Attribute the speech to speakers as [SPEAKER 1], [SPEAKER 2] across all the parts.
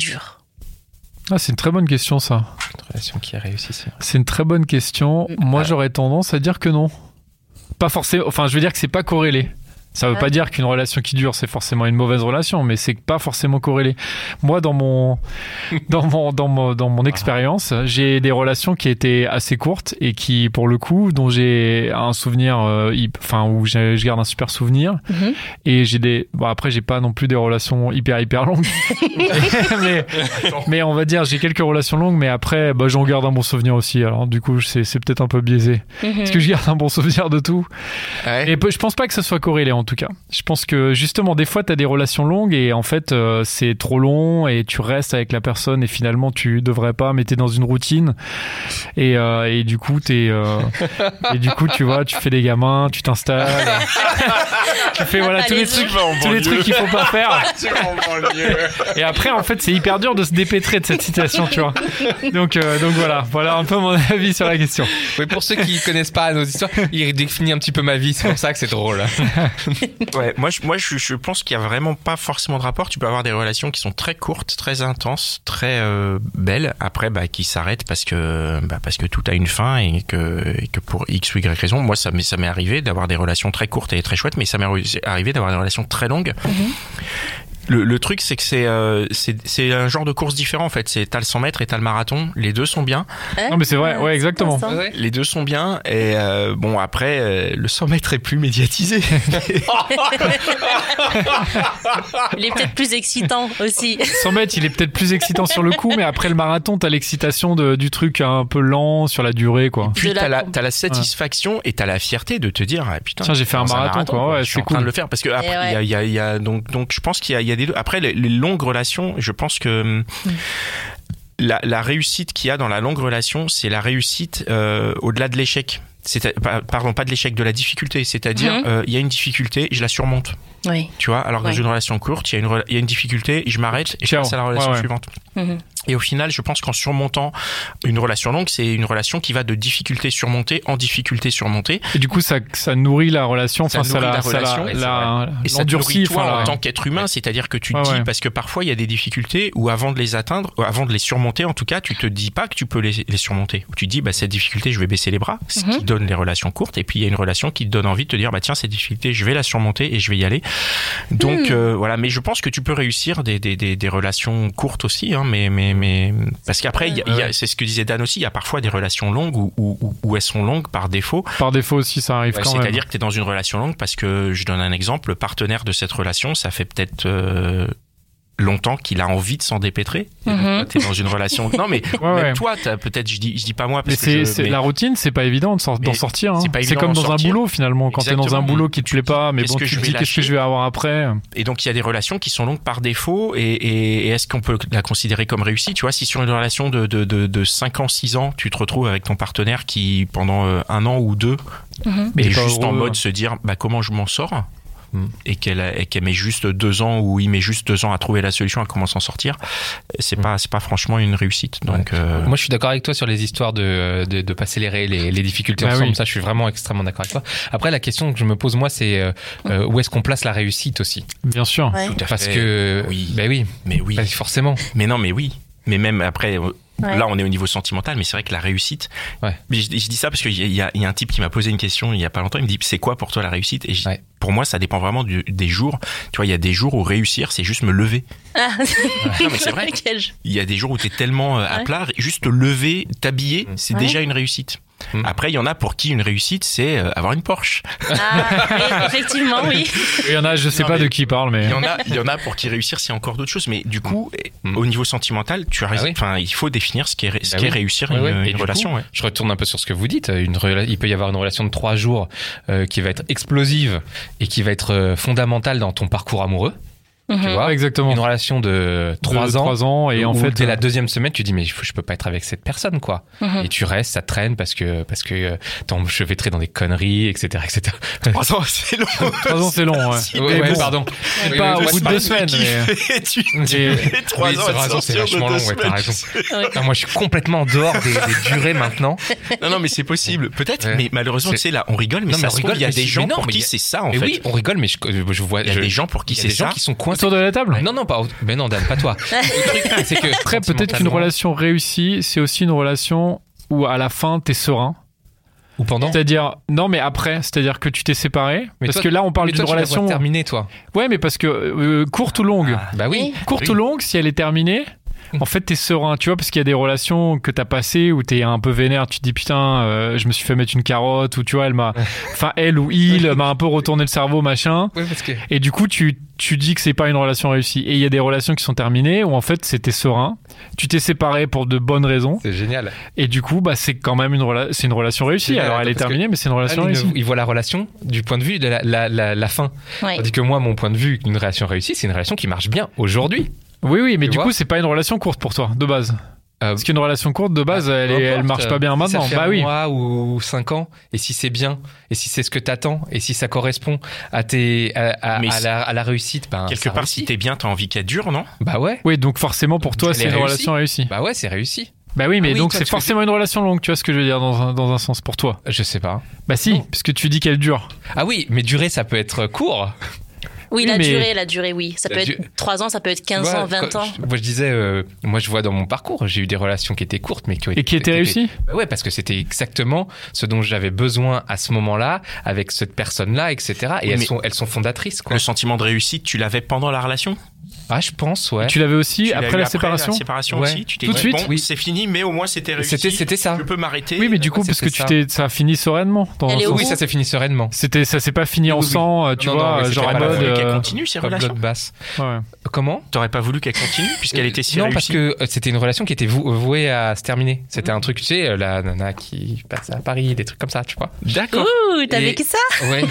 [SPEAKER 1] dure
[SPEAKER 2] Ah, c'est une très bonne question, ça.
[SPEAKER 3] Une relation qui a réussi, c'est
[SPEAKER 2] C'est une très bonne question. Moi, j'aurais tendance à dire que non. Pas forcément. Enfin, je veux dire que c'est pas corrélé. Ça veut
[SPEAKER 1] Ouais.
[SPEAKER 2] pas dire qu'une relation qui dure, c'est forcément une mauvaise relation, mais c'est pas forcément corrélé. Moi, dans mon, dans mon, dans mon, dans mon expérience, j'ai des relations qui étaient assez courtes et qui, pour le coup, dont j'ai un souvenir, euh, hyp- enfin, où j'ai- je garde un super souvenir.
[SPEAKER 1] Mhm.
[SPEAKER 2] Et j'ai des, bon, après, j'ai pas non plus des relations hyper, hyper longues. mais, mais on va dire, j'ai quelques relations longues, mais après, bah, j'en garde un bon souvenir aussi. Alors, du coup, c'est c'est peut-être un peu biaisé.
[SPEAKER 1] Mhm.
[SPEAKER 2] Parce que je garde un bon souvenir de tout.
[SPEAKER 3] Eh.
[SPEAKER 2] Et peu- je pense pas que ça soit corrélé, en tout cas. Je pense que, justement, des fois, t'as des relations longues et en fait, euh, c'est trop long et tu restes avec la personne et finalement, tu devrais pas, mais t'es dans une routine. Et, euh, et du coup, t'es. euh, et du coup, tu vois, tu fais des gamins, tu t'installes. tu fais, voilà,
[SPEAKER 1] Ah,
[SPEAKER 2] tous les
[SPEAKER 1] les
[SPEAKER 2] trucs.
[SPEAKER 4] vas en
[SPEAKER 2] Tous les trucs qu'il faut pas faire.
[SPEAKER 4] Tu vas en banlieue.
[SPEAKER 2] Et après, en fait, c'est hyper dur de se dépêtrer de cette situation, tu vois. Donc, euh, donc voilà, voilà un peu mon avis sur la question.
[SPEAKER 4] Oui, pour ceux qui connaissent pas nos histoires, il définit un petit peu ma vie, c'est pour ça que c'est drôle.
[SPEAKER 3] Ouais, moi, je, moi, je, je pense qu'il y a vraiment pas forcément de rapport. Tu peux avoir des relations qui sont très courtes, très intenses, très euh, belles. Après, bah, qui s'arrêtent parce que, bah, parce que tout a une fin et que, et que pour x ou y raison. Moi, ça m'est, ça m'est arrivé d'avoir des relations très courtes et très chouettes, mais ça m'est arri- arrivé d'avoir des relations très longues. Le, le truc, c'est que c'est, euh, c'est, c'est un genre de course différent en fait. C'est t'as le 100 mètres et t'as le marathon. Les deux sont bien.
[SPEAKER 2] Non, mais c'est vrai,
[SPEAKER 1] Ah,
[SPEAKER 2] ouais, exactement.
[SPEAKER 3] Les deux sont bien. Et euh, bon, après, euh, le 100 mètres est plus médiatisé.
[SPEAKER 1] Il est peut-être plus excitant aussi.
[SPEAKER 2] 100 mètres, il est peut-être plus excitant sur le coup, mais après le marathon, t'as l'excitation de- du truc un peu lent sur la durée, quoi.
[SPEAKER 3] Puis
[SPEAKER 1] De la
[SPEAKER 3] t'as la,
[SPEAKER 1] com-
[SPEAKER 3] t'as la satisfaction et t'as la fierté de te dire ah, putain
[SPEAKER 2] Tiens, j'ai fait un
[SPEAKER 3] c'est
[SPEAKER 2] marathon, quoi. Ouais,
[SPEAKER 3] je suis
[SPEAKER 2] c'est
[SPEAKER 3] en train
[SPEAKER 2] cool.
[SPEAKER 3] de le faire parce que après, il
[SPEAKER 1] Eh ouais.
[SPEAKER 3] y a- il y a- il y a- donc donc je pense qu'il y a, il y a des deux. après les, les longues relations je pense que hum,
[SPEAKER 1] Mm.
[SPEAKER 3] la, la réussite qu'il y a dans la longue relation c'est la réussite euh, au-delà de l'échec c'est pa- pardon pas de l'échec de la difficulté c'est-à-dire euh,
[SPEAKER 1] Mhm.
[SPEAKER 3] il y a une difficulté je la surmonte
[SPEAKER 1] Oui.
[SPEAKER 3] tu vois alors que dans
[SPEAKER 1] Ouais.
[SPEAKER 3] une relation courte il y a une rela- il y a une difficulté je m'arrête et je
[SPEAKER 2] Ciao.
[SPEAKER 3] passe à la relation
[SPEAKER 2] Ouais, ouais.
[SPEAKER 3] suivante
[SPEAKER 1] Mhm.
[SPEAKER 3] et au final, je pense qu'en surmontant une relation longue, c'est une relation qui va de difficulté surmontée en difficulté surmontée.
[SPEAKER 2] Et du coup, ça, ça nourrit la relation,
[SPEAKER 3] Ça
[SPEAKER 2] enfin, ça,
[SPEAKER 3] nourrit
[SPEAKER 2] la,
[SPEAKER 3] la
[SPEAKER 2] ça
[SPEAKER 3] relation,
[SPEAKER 2] la,
[SPEAKER 3] ouais, c'est
[SPEAKER 2] la-
[SPEAKER 3] Et ça te nourrit
[SPEAKER 2] l'endurcit,
[SPEAKER 3] toi
[SPEAKER 2] enfin,
[SPEAKER 3] en
[SPEAKER 2] la-
[SPEAKER 3] tant qu'être humain, c'est-à-dire que tu te
[SPEAKER 2] Ouais,
[SPEAKER 3] dis,
[SPEAKER 2] ouais.
[SPEAKER 3] parce que parfois il y a des difficultés où avant de les atteindre, ou avant de les surmonter en tout cas, tu te dis pas que tu peux les, les surmonter. Ou tu te dis, bah, cette difficulté, je vais baisser les bras, ce qui donne les relations courtes. Et puis il y a une relation qui te donne envie de te dire, bah, tiens, cette difficulté, je vais la surmonter et je vais y aller. Donc euh, voilà, mais je pense que tu peux réussir des, des, des, des relations courtes aussi, hein, mais, mais, mais parce qu'après, il y a- il y a- c'est ce que disait Dan aussi, il y a parfois des relations longues où, où, où- où elles sont longues par défaut.
[SPEAKER 2] par défaut aussi, ça arrive
[SPEAKER 3] Ouais,
[SPEAKER 2] quand même.
[SPEAKER 3] C'est-à-dire que tu es dans une relation longue parce que, je donne un exemple, le partenaire de cette relation, ça fait peut-être euh, longtemps qu'il a envie de s'en dépêtrer. Et donc, toi,
[SPEAKER 1] Mhm.
[SPEAKER 3] t'es dans une relation. Non, mais
[SPEAKER 2] Ouais,
[SPEAKER 3] même
[SPEAKER 2] ouais.
[SPEAKER 3] toi, t'as peut-être, je dis, je dis pas moi,
[SPEAKER 2] Mais
[SPEAKER 3] parce
[SPEAKER 2] c'est
[SPEAKER 3] que. je-
[SPEAKER 2] c'est-
[SPEAKER 3] mais
[SPEAKER 2] la routine, c'est pas évident de sor- d'en
[SPEAKER 3] Mais
[SPEAKER 2] sortir. hein.
[SPEAKER 3] c'est pas
[SPEAKER 2] C'est
[SPEAKER 3] évident
[SPEAKER 2] comme
[SPEAKER 3] d'en
[SPEAKER 2] dans un
[SPEAKER 3] sortir.
[SPEAKER 2] boulot finalement. Quand t'es dans un
[SPEAKER 3] Exactement.
[SPEAKER 2] boulot qui te
[SPEAKER 3] Tu
[SPEAKER 2] plaît
[SPEAKER 3] te
[SPEAKER 2] pas,
[SPEAKER 3] dis,
[SPEAKER 2] mais
[SPEAKER 3] qu'est-ce
[SPEAKER 2] bon,
[SPEAKER 3] que
[SPEAKER 2] tu
[SPEAKER 3] je
[SPEAKER 2] te
[SPEAKER 3] vais
[SPEAKER 2] dis qu'est-ce que
[SPEAKER 3] lâcher
[SPEAKER 2] je vais avoir après.
[SPEAKER 3] Et donc, il y a des relations qui sont longues par défaut, et, et- et est-ce qu'on peut la considérer comme réussie Tu vois, si sur une relation de, de, de, de 5 ans, 6 ans, tu te retrouves avec ton partenaire qui, pendant euh, un an ou deux,
[SPEAKER 1] Mhm.
[SPEAKER 2] Mais
[SPEAKER 3] est
[SPEAKER 2] t'es pas
[SPEAKER 3] juste en
[SPEAKER 2] heureux.
[SPEAKER 3] mode se dire bah, comment je m'en sors
[SPEAKER 4] hein. Hmm.
[SPEAKER 3] et qu'elle a- et qu'elle met juste deux ans ou il met juste deux ans à trouver la solution à comment s'en sortir
[SPEAKER 4] Hmm.
[SPEAKER 3] c'est pas c'est pas franchement une réussite donc euh,
[SPEAKER 4] Moi, je suis d'accord avec toi sur les histoires de, de, de passer les, ré- les, les difficultés
[SPEAKER 2] Bah
[SPEAKER 4] ensemble.
[SPEAKER 2] oui.
[SPEAKER 4] Ça, je suis vraiment extrêmement d'accord avec toi. Après, la question que je me pose, moi, c'est euh, euh, où est-ce qu'on place la réussite aussi
[SPEAKER 2] Bien sûr.
[SPEAKER 3] tout à
[SPEAKER 4] Parce
[SPEAKER 3] fait.
[SPEAKER 4] que.
[SPEAKER 3] Oui.
[SPEAKER 4] Ben oui,
[SPEAKER 3] mais oui
[SPEAKER 4] ben forcément.
[SPEAKER 3] mais non mais oui mais même après euh,
[SPEAKER 1] Ouais.
[SPEAKER 3] Là, on est au niveau sentimental, mais c'est vrai que la réussite.
[SPEAKER 4] Ouais.
[SPEAKER 3] Mais Je, je dis ça parce qu'il y, a- il y a il y a un type qui m'a posé une question il y a pas longtemps. Il me dit c'est quoi pour toi la réussite Et je-
[SPEAKER 4] Ouais.
[SPEAKER 3] pour moi, ça dépend vraiment du- des jours. Tu vois, il y a des jours où réussir, c'est juste me lever.
[SPEAKER 1] Ah,
[SPEAKER 3] Non, mais c'est vrai.
[SPEAKER 1] Quel jeu.
[SPEAKER 3] Il y a des jours où t'es tellement euh, à
[SPEAKER 1] Ouais.
[SPEAKER 3] plat, juste te lever, t'habiller, c'est
[SPEAKER 1] Ouais.
[SPEAKER 3] déjà une réussite.
[SPEAKER 4] Mm.
[SPEAKER 3] Après, il y en a pour qui une réussite, c'est euh, avoir une Porsche.
[SPEAKER 1] Ah, oui, effectivement, oui.
[SPEAKER 2] Il y en a, je sais
[SPEAKER 3] Non,
[SPEAKER 2] pas
[SPEAKER 3] mais-
[SPEAKER 2] de qui il parle, mais.
[SPEAKER 3] Il y en a, il y en a pour qui réussir, c'est encore d'autres choses. Mais du coup, eh,
[SPEAKER 4] Mm. Ah
[SPEAKER 3] au niveau sentimental, tu as raison.
[SPEAKER 4] oui.
[SPEAKER 3] Enfin, il faut définir ce qu'est ré- ce
[SPEAKER 4] Bah
[SPEAKER 3] qu'est
[SPEAKER 4] oui.
[SPEAKER 3] réussir
[SPEAKER 4] Ouais,
[SPEAKER 3] une,
[SPEAKER 4] ouais. Et
[SPEAKER 3] une
[SPEAKER 4] du coup,
[SPEAKER 3] relation. ouais.
[SPEAKER 4] Je retourne un peu sur ce que vous dites. Une rela- il peut y avoir une relation de trois jours euh, qui va être explosive et qui va être euh, fondamentale dans ton parcours amoureux. Tu
[SPEAKER 1] Mhm.
[SPEAKER 4] vois
[SPEAKER 2] Ouais, exactement.
[SPEAKER 4] Une relation de trois
[SPEAKER 2] Oh. De
[SPEAKER 4] ans.
[SPEAKER 2] trois ans, et en
[SPEAKER 4] où
[SPEAKER 2] fait. euh,
[SPEAKER 4] dès la deuxième semaine, tu dis mais je je peux pas être avec cette personne quoi.
[SPEAKER 1] Mhm.
[SPEAKER 4] Et tu restes, ça traîne parce que parce que euh, t'es enchevêtré dans des conneries, etc., etc.
[SPEAKER 3] Trois ans, c'est long.
[SPEAKER 2] Trois ans, c'est long, ouais.
[SPEAKER 3] Si,
[SPEAKER 4] Ouais,
[SPEAKER 2] Mais
[SPEAKER 4] ouais,
[SPEAKER 2] bon,
[SPEAKER 4] pardon.
[SPEAKER 2] c'est Pas
[SPEAKER 4] Ouais,
[SPEAKER 2] au bout de
[SPEAKER 4] pardon.
[SPEAKER 2] deux semaines, mais.
[SPEAKER 3] Et tu
[SPEAKER 2] Et-
[SPEAKER 3] fais trois
[SPEAKER 4] Oui,
[SPEAKER 3] ans,
[SPEAKER 4] c'est
[SPEAKER 3] à te
[SPEAKER 4] raison, c'est
[SPEAKER 3] sortir de
[SPEAKER 4] vachement
[SPEAKER 3] deux
[SPEAKER 4] long, ouais, t'as
[SPEAKER 3] semaines.
[SPEAKER 4] raison. Ah, moi, je suis complètement en dehors des, des durées maintenant.
[SPEAKER 3] Non, non, mais c'est possible. Peut-être,
[SPEAKER 4] Ouais.
[SPEAKER 3] mais malheureusement,
[SPEAKER 4] C'est-
[SPEAKER 3] tu sais, là, on rigole, mais
[SPEAKER 4] Non, mais
[SPEAKER 3] ça
[SPEAKER 4] on
[SPEAKER 3] se trouve,
[SPEAKER 4] rigole,
[SPEAKER 3] il y a
[SPEAKER 4] mais
[SPEAKER 3] des
[SPEAKER 4] si-
[SPEAKER 3] gens
[SPEAKER 4] mais non,
[SPEAKER 3] pour
[SPEAKER 4] mais il
[SPEAKER 3] qui
[SPEAKER 4] y a-
[SPEAKER 3] c'est ça, en
[SPEAKER 4] Mais
[SPEAKER 3] fait.
[SPEAKER 4] oui, on rigole, mais je, je vois.
[SPEAKER 3] Il y a
[SPEAKER 4] je-
[SPEAKER 3] des gens pour qui
[SPEAKER 4] il y a
[SPEAKER 3] c'est
[SPEAKER 4] des gens
[SPEAKER 3] ça.
[SPEAKER 4] qui sont coincés.
[SPEAKER 2] Autour de la table
[SPEAKER 4] Non, non, pas. Mais non, Dan, pas toi. Le truc, c'est que
[SPEAKER 2] Après, peut-être qu'une
[SPEAKER 4] sentimentalement,
[SPEAKER 2] relation réussie, c'est aussi une relation où à la fin, t'es serein.
[SPEAKER 4] ou pendant.
[SPEAKER 2] C'est-à-dire, non, mais après, c'est-à-dire que tu t'es séparé.
[SPEAKER 4] Mais
[SPEAKER 2] parce
[SPEAKER 4] toi-
[SPEAKER 2] que là, on parle
[SPEAKER 4] Mais
[SPEAKER 2] d'une
[SPEAKER 4] toi, tu la vois
[SPEAKER 2] relation.
[SPEAKER 4] terminée, toi.
[SPEAKER 2] Ouais, mais parce que euh, courte ou longue.
[SPEAKER 4] Bah oui. Hum.
[SPEAKER 2] courte ou longue, si elle est terminée, en fait, t'es serein, tu vois, parce qu'il y a des relations que t'as passées où t'es un peu vénère, tu te dis putain, euh, je me suis fait mettre une carotte, ou tu vois, elle m'a. Enfin, elle ou il m'a un peu retourné le cerveau, machin.
[SPEAKER 4] Oui, parce que.
[SPEAKER 2] Et du coup, tu, tu dis que c'est pas une relation réussie. Et il y a des relations qui sont terminées où en fait, c'était serein, tu t'es séparé pour de bonnes raisons,
[SPEAKER 4] C'est génial.
[SPEAKER 2] et du coup, bah, c'est quand même une, rela- c'est une relation réussie.
[SPEAKER 4] génial,
[SPEAKER 2] Alors, elle est
[SPEAKER 4] parce que
[SPEAKER 2] terminée, mais c'est une relation
[SPEAKER 4] Anne,
[SPEAKER 2] réussie.
[SPEAKER 4] il, il voit la relation du point de vue de la, la, la, la fin.
[SPEAKER 1] Ouais.
[SPEAKER 4] Tandis que moi, mon point de vue, une relation réussie, c'est une relation qui marche bien aujourd'hui.
[SPEAKER 2] Oui, oui, mais
[SPEAKER 4] Tu
[SPEAKER 2] du
[SPEAKER 4] vois
[SPEAKER 2] coup, c'est pas une relation courte pour toi, de base.
[SPEAKER 4] Euh,
[SPEAKER 2] Parce qu'une relation courte, de base, elle,
[SPEAKER 4] Bah, Peu
[SPEAKER 2] est- elle
[SPEAKER 4] importe,
[SPEAKER 2] marche pas bien
[SPEAKER 4] si
[SPEAKER 2] maintenant.
[SPEAKER 4] Ça fait
[SPEAKER 2] bah
[SPEAKER 4] un
[SPEAKER 2] oui.
[SPEAKER 4] mois ou cinq ans. Et si c'est bien, et si c'est ce que t'attends, et si ça correspond à tes à, à-
[SPEAKER 3] Mais
[SPEAKER 4] à
[SPEAKER 3] c'est-
[SPEAKER 4] la, à la réussite, ben
[SPEAKER 3] Quelque
[SPEAKER 4] ça
[SPEAKER 3] part,
[SPEAKER 4] réussit.
[SPEAKER 3] si t'es bien, t'as envie qu'elle dure, non
[SPEAKER 4] bah ouais,
[SPEAKER 2] Oui, donc forcément pour toi,
[SPEAKER 4] Elle est
[SPEAKER 2] c'est une
[SPEAKER 4] réussie.
[SPEAKER 2] relation réussie.
[SPEAKER 4] bah ouais, c'est réussi.
[SPEAKER 2] Bah oui, mais
[SPEAKER 4] Ah oui,
[SPEAKER 2] donc
[SPEAKER 4] toi,
[SPEAKER 2] c'est
[SPEAKER 4] tu-
[SPEAKER 2] forcément une relation longue, tu vois ce que je veux dire dans un, dans un sens pour toi.
[SPEAKER 4] Je sais pas.
[SPEAKER 2] Bah si,
[SPEAKER 4] Non.
[SPEAKER 2] parce que tu dis qu'elle dure.
[SPEAKER 4] Ah oui, mais durée, ça peut être court.
[SPEAKER 1] Oui, la
[SPEAKER 2] mais-
[SPEAKER 1] durée, la durée, oui. Ça
[SPEAKER 4] La
[SPEAKER 1] peut être
[SPEAKER 4] du-
[SPEAKER 1] 3 ans, ça peut être 15
[SPEAKER 4] Tu vois,
[SPEAKER 1] ans, 20
[SPEAKER 4] quand-
[SPEAKER 1] ans.
[SPEAKER 4] je- moi, je disais, euh, moi, je vois dans mon parcours, j'ai eu des relations qui étaient courtes, mais qui ont
[SPEAKER 2] Et qui était réussie
[SPEAKER 4] Bah ouais, parce que c'était exactement ce dont j'avais besoin à ce moment-là, avec cette personne-là, etc. Et
[SPEAKER 3] Oui,
[SPEAKER 4] elles,
[SPEAKER 3] mais-
[SPEAKER 4] sont, elles sont fondatrices, quoi.
[SPEAKER 3] Le sentiment de réussite, tu l'avais pendant la relation
[SPEAKER 4] Ah, je pense, ouais.
[SPEAKER 2] Et Tu l'avais aussi
[SPEAKER 3] Tu l'as eu
[SPEAKER 2] après la séparation
[SPEAKER 3] séparation
[SPEAKER 4] Ouais.
[SPEAKER 3] aussi, tu t'es
[SPEAKER 2] Tout de
[SPEAKER 3] dit,
[SPEAKER 2] suite,
[SPEAKER 3] bon,
[SPEAKER 4] oui.
[SPEAKER 3] c'est fini, mais au moins c'était réussi.
[SPEAKER 4] C'était c'était ça.
[SPEAKER 3] Je peux m'arrêter.
[SPEAKER 2] Oui, mais du
[SPEAKER 4] Ouais, bah,
[SPEAKER 2] coup, parce
[SPEAKER 4] c'était
[SPEAKER 2] que tu
[SPEAKER 4] ça.
[SPEAKER 2] t'es, ça a fini sereinement dans
[SPEAKER 1] Elle
[SPEAKER 2] un
[SPEAKER 1] est
[SPEAKER 2] sens.
[SPEAKER 4] Oui, ça s'est fini sereinement.
[SPEAKER 2] C'était, ça s'est pas fini en
[SPEAKER 4] Oui, oui.
[SPEAKER 2] sang, euh, tu
[SPEAKER 4] Non, non,
[SPEAKER 2] vois,
[SPEAKER 4] oui, c'était
[SPEAKER 2] genre
[SPEAKER 4] pas
[SPEAKER 2] en
[SPEAKER 4] la
[SPEAKER 2] mode.
[SPEAKER 4] voulu
[SPEAKER 3] qu'elle
[SPEAKER 2] euh,
[SPEAKER 3] continue ces
[SPEAKER 4] Pas
[SPEAKER 3] relations.
[SPEAKER 4] bloc basse.
[SPEAKER 2] ouais.
[SPEAKER 4] Comment
[SPEAKER 3] T'aurais pas voulu qu'elle continue puisqu'elle était si
[SPEAKER 4] non,
[SPEAKER 3] réussie.
[SPEAKER 4] parce que euh, c'était une relation qui était vou- vouée à se terminer. C'était
[SPEAKER 1] Mhm.
[SPEAKER 4] un truc, tu sais, euh, la nana qui passe à Paris, des trucs comme ça, tu vois.
[SPEAKER 3] D'accord.
[SPEAKER 1] Ouh, t'as
[SPEAKER 4] Et-
[SPEAKER 1] vécu ça
[SPEAKER 4] Ouais.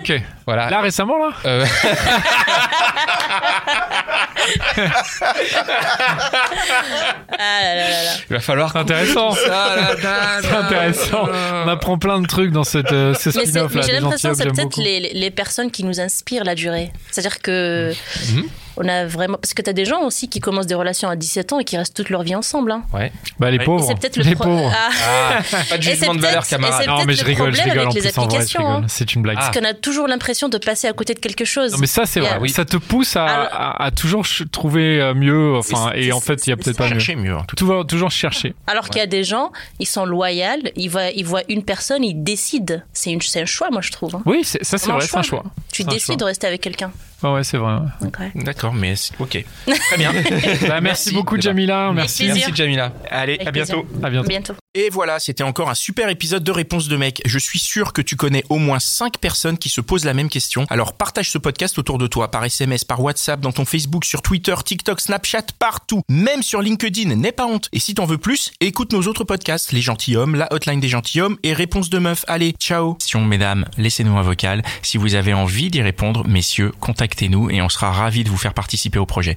[SPEAKER 2] Ok.
[SPEAKER 4] Voilà.
[SPEAKER 2] Là récemment là
[SPEAKER 4] Euh,
[SPEAKER 1] Ah là là là là.
[SPEAKER 4] il va falloir.
[SPEAKER 2] C'est intéressant.
[SPEAKER 4] couper ça, là, là,
[SPEAKER 2] C'est
[SPEAKER 4] Ah, là,
[SPEAKER 2] intéressant.
[SPEAKER 4] là.
[SPEAKER 2] On apprend plein de trucs dans cette euh, ce
[SPEAKER 1] Mais, c'est-
[SPEAKER 2] spin-off là.
[SPEAKER 1] mais j'ai
[SPEAKER 2] des
[SPEAKER 1] l'impression que
[SPEAKER 2] gentils
[SPEAKER 1] c'est
[SPEAKER 2] hommes, j'aime
[SPEAKER 1] peut-être
[SPEAKER 2] beaucoup.
[SPEAKER 1] les, les- les personnes qui nous inspirent la durée. C'est-à-dire que
[SPEAKER 4] Mhm.
[SPEAKER 1] on a vraiment parce que t'as des gens aussi qui commencent des relations à 17 ans et qui restent toute leur vie ensemble. hein.
[SPEAKER 2] Bah les
[SPEAKER 3] Ouais.
[SPEAKER 1] Et
[SPEAKER 2] pauvres.
[SPEAKER 1] c'est peut-être le
[SPEAKER 2] Les
[SPEAKER 1] pro-
[SPEAKER 2] pauvres.
[SPEAKER 1] Ah,
[SPEAKER 4] Ah, pas de
[SPEAKER 1] Et c'est
[SPEAKER 4] jugement de valeur,
[SPEAKER 1] peut-être- et
[SPEAKER 4] camarade.
[SPEAKER 1] c'est
[SPEAKER 2] Non mais
[SPEAKER 1] peut-être
[SPEAKER 2] je
[SPEAKER 1] le
[SPEAKER 2] rigole, je
[SPEAKER 1] problème
[SPEAKER 2] rigole en
[SPEAKER 1] avec les
[SPEAKER 2] plus en vrai, je
[SPEAKER 1] applications,
[SPEAKER 2] rigole.
[SPEAKER 1] hein.
[SPEAKER 2] C'est une blague.
[SPEAKER 4] Ah.
[SPEAKER 1] parce qu'on a toujours l'impression de passer à côté de quelque chose.
[SPEAKER 2] Non, mais ça, c'est
[SPEAKER 1] Yeah.
[SPEAKER 2] vrai.
[SPEAKER 4] Ah oui.
[SPEAKER 2] Ça te pousse à,
[SPEAKER 1] Alors-
[SPEAKER 2] à- à toujours ch- trouver euh, mieux. Enfin,
[SPEAKER 1] C'est-
[SPEAKER 2] et en
[SPEAKER 1] c'est-
[SPEAKER 2] fait, il y a
[SPEAKER 1] c'est
[SPEAKER 2] peut-être pas mieux.
[SPEAKER 3] Chercher mieux, en tout cas.
[SPEAKER 2] Tout va- toujours chercher.
[SPEAKER 1] Alors qu'il y a des gens, ils sont loyaux, ils voient, ils voient une personne, ils décident. C'est une- c'est un choix, moi je trouve. hein.
[SPEAKER 2] Oui, c'est- ça, c'est
[SPEAKER 1] Vraiment
[SPEAKER 2] vrai, c'est un
[SPEAKER 1] choix.
[SPEAKER 2] choix.
[SPEAKER 1] Tu
[SPEAKER 2] C'est un
[SPEAKER 1] décides
[SPEAKER 2] choix.
[SPEAKER 1] de rester avec quelqu'un.
[SPEAKER 2] Ouais, ouais, c'est vrai. ouais.
[SPEAKER 1] Donc, ouais.
[SPEAKER 3] D'accord, mais c'est- ok. Très bien.
[SPEAKER 2] Bah, merci, beaucoup,
[SPEAKER 3] débat.
[SPEAKER 2] Jamila.
[SPEAKER 1] Merci.
[SPEAKER 2] Merci.
[SPEAKER 1] plaisir.
[SPEAKER 4] Merci, Jamila.
[SPEAKER 3] Allez,
[SPEAKER 1] Avec
[SPEAKER 3] à bientôt.
[SPEAKER 1] plaisir.
[SPEAKER 2] À bientôt.
[SPEAKER 1] Bientôt.
[SPEAKER 3] Et voilà, c'était encore un super épisode de Réponse de mec. Je suis sûr que tu connais au moins 5 personnes qui se posent la même question. Alors partage ce podcast autour de toi, par SMS, par WhatsApp, dans ton Facebook, sur Twitter, TikTok, Snapchat, partout. Même sur LinkedIn, n'aie pas honte. Et si t'en veux plus, écoute nos autres podcasts, Les Gentilhommes, La Hotline des Gentilhommes et Réponse de meuf. Allez, ciao Question, mesdames, laissez-nous un vocal. Si vous avez envie d'y répondre, messieurs, contactez-nous et on sera ravis de vous faire participer au projet.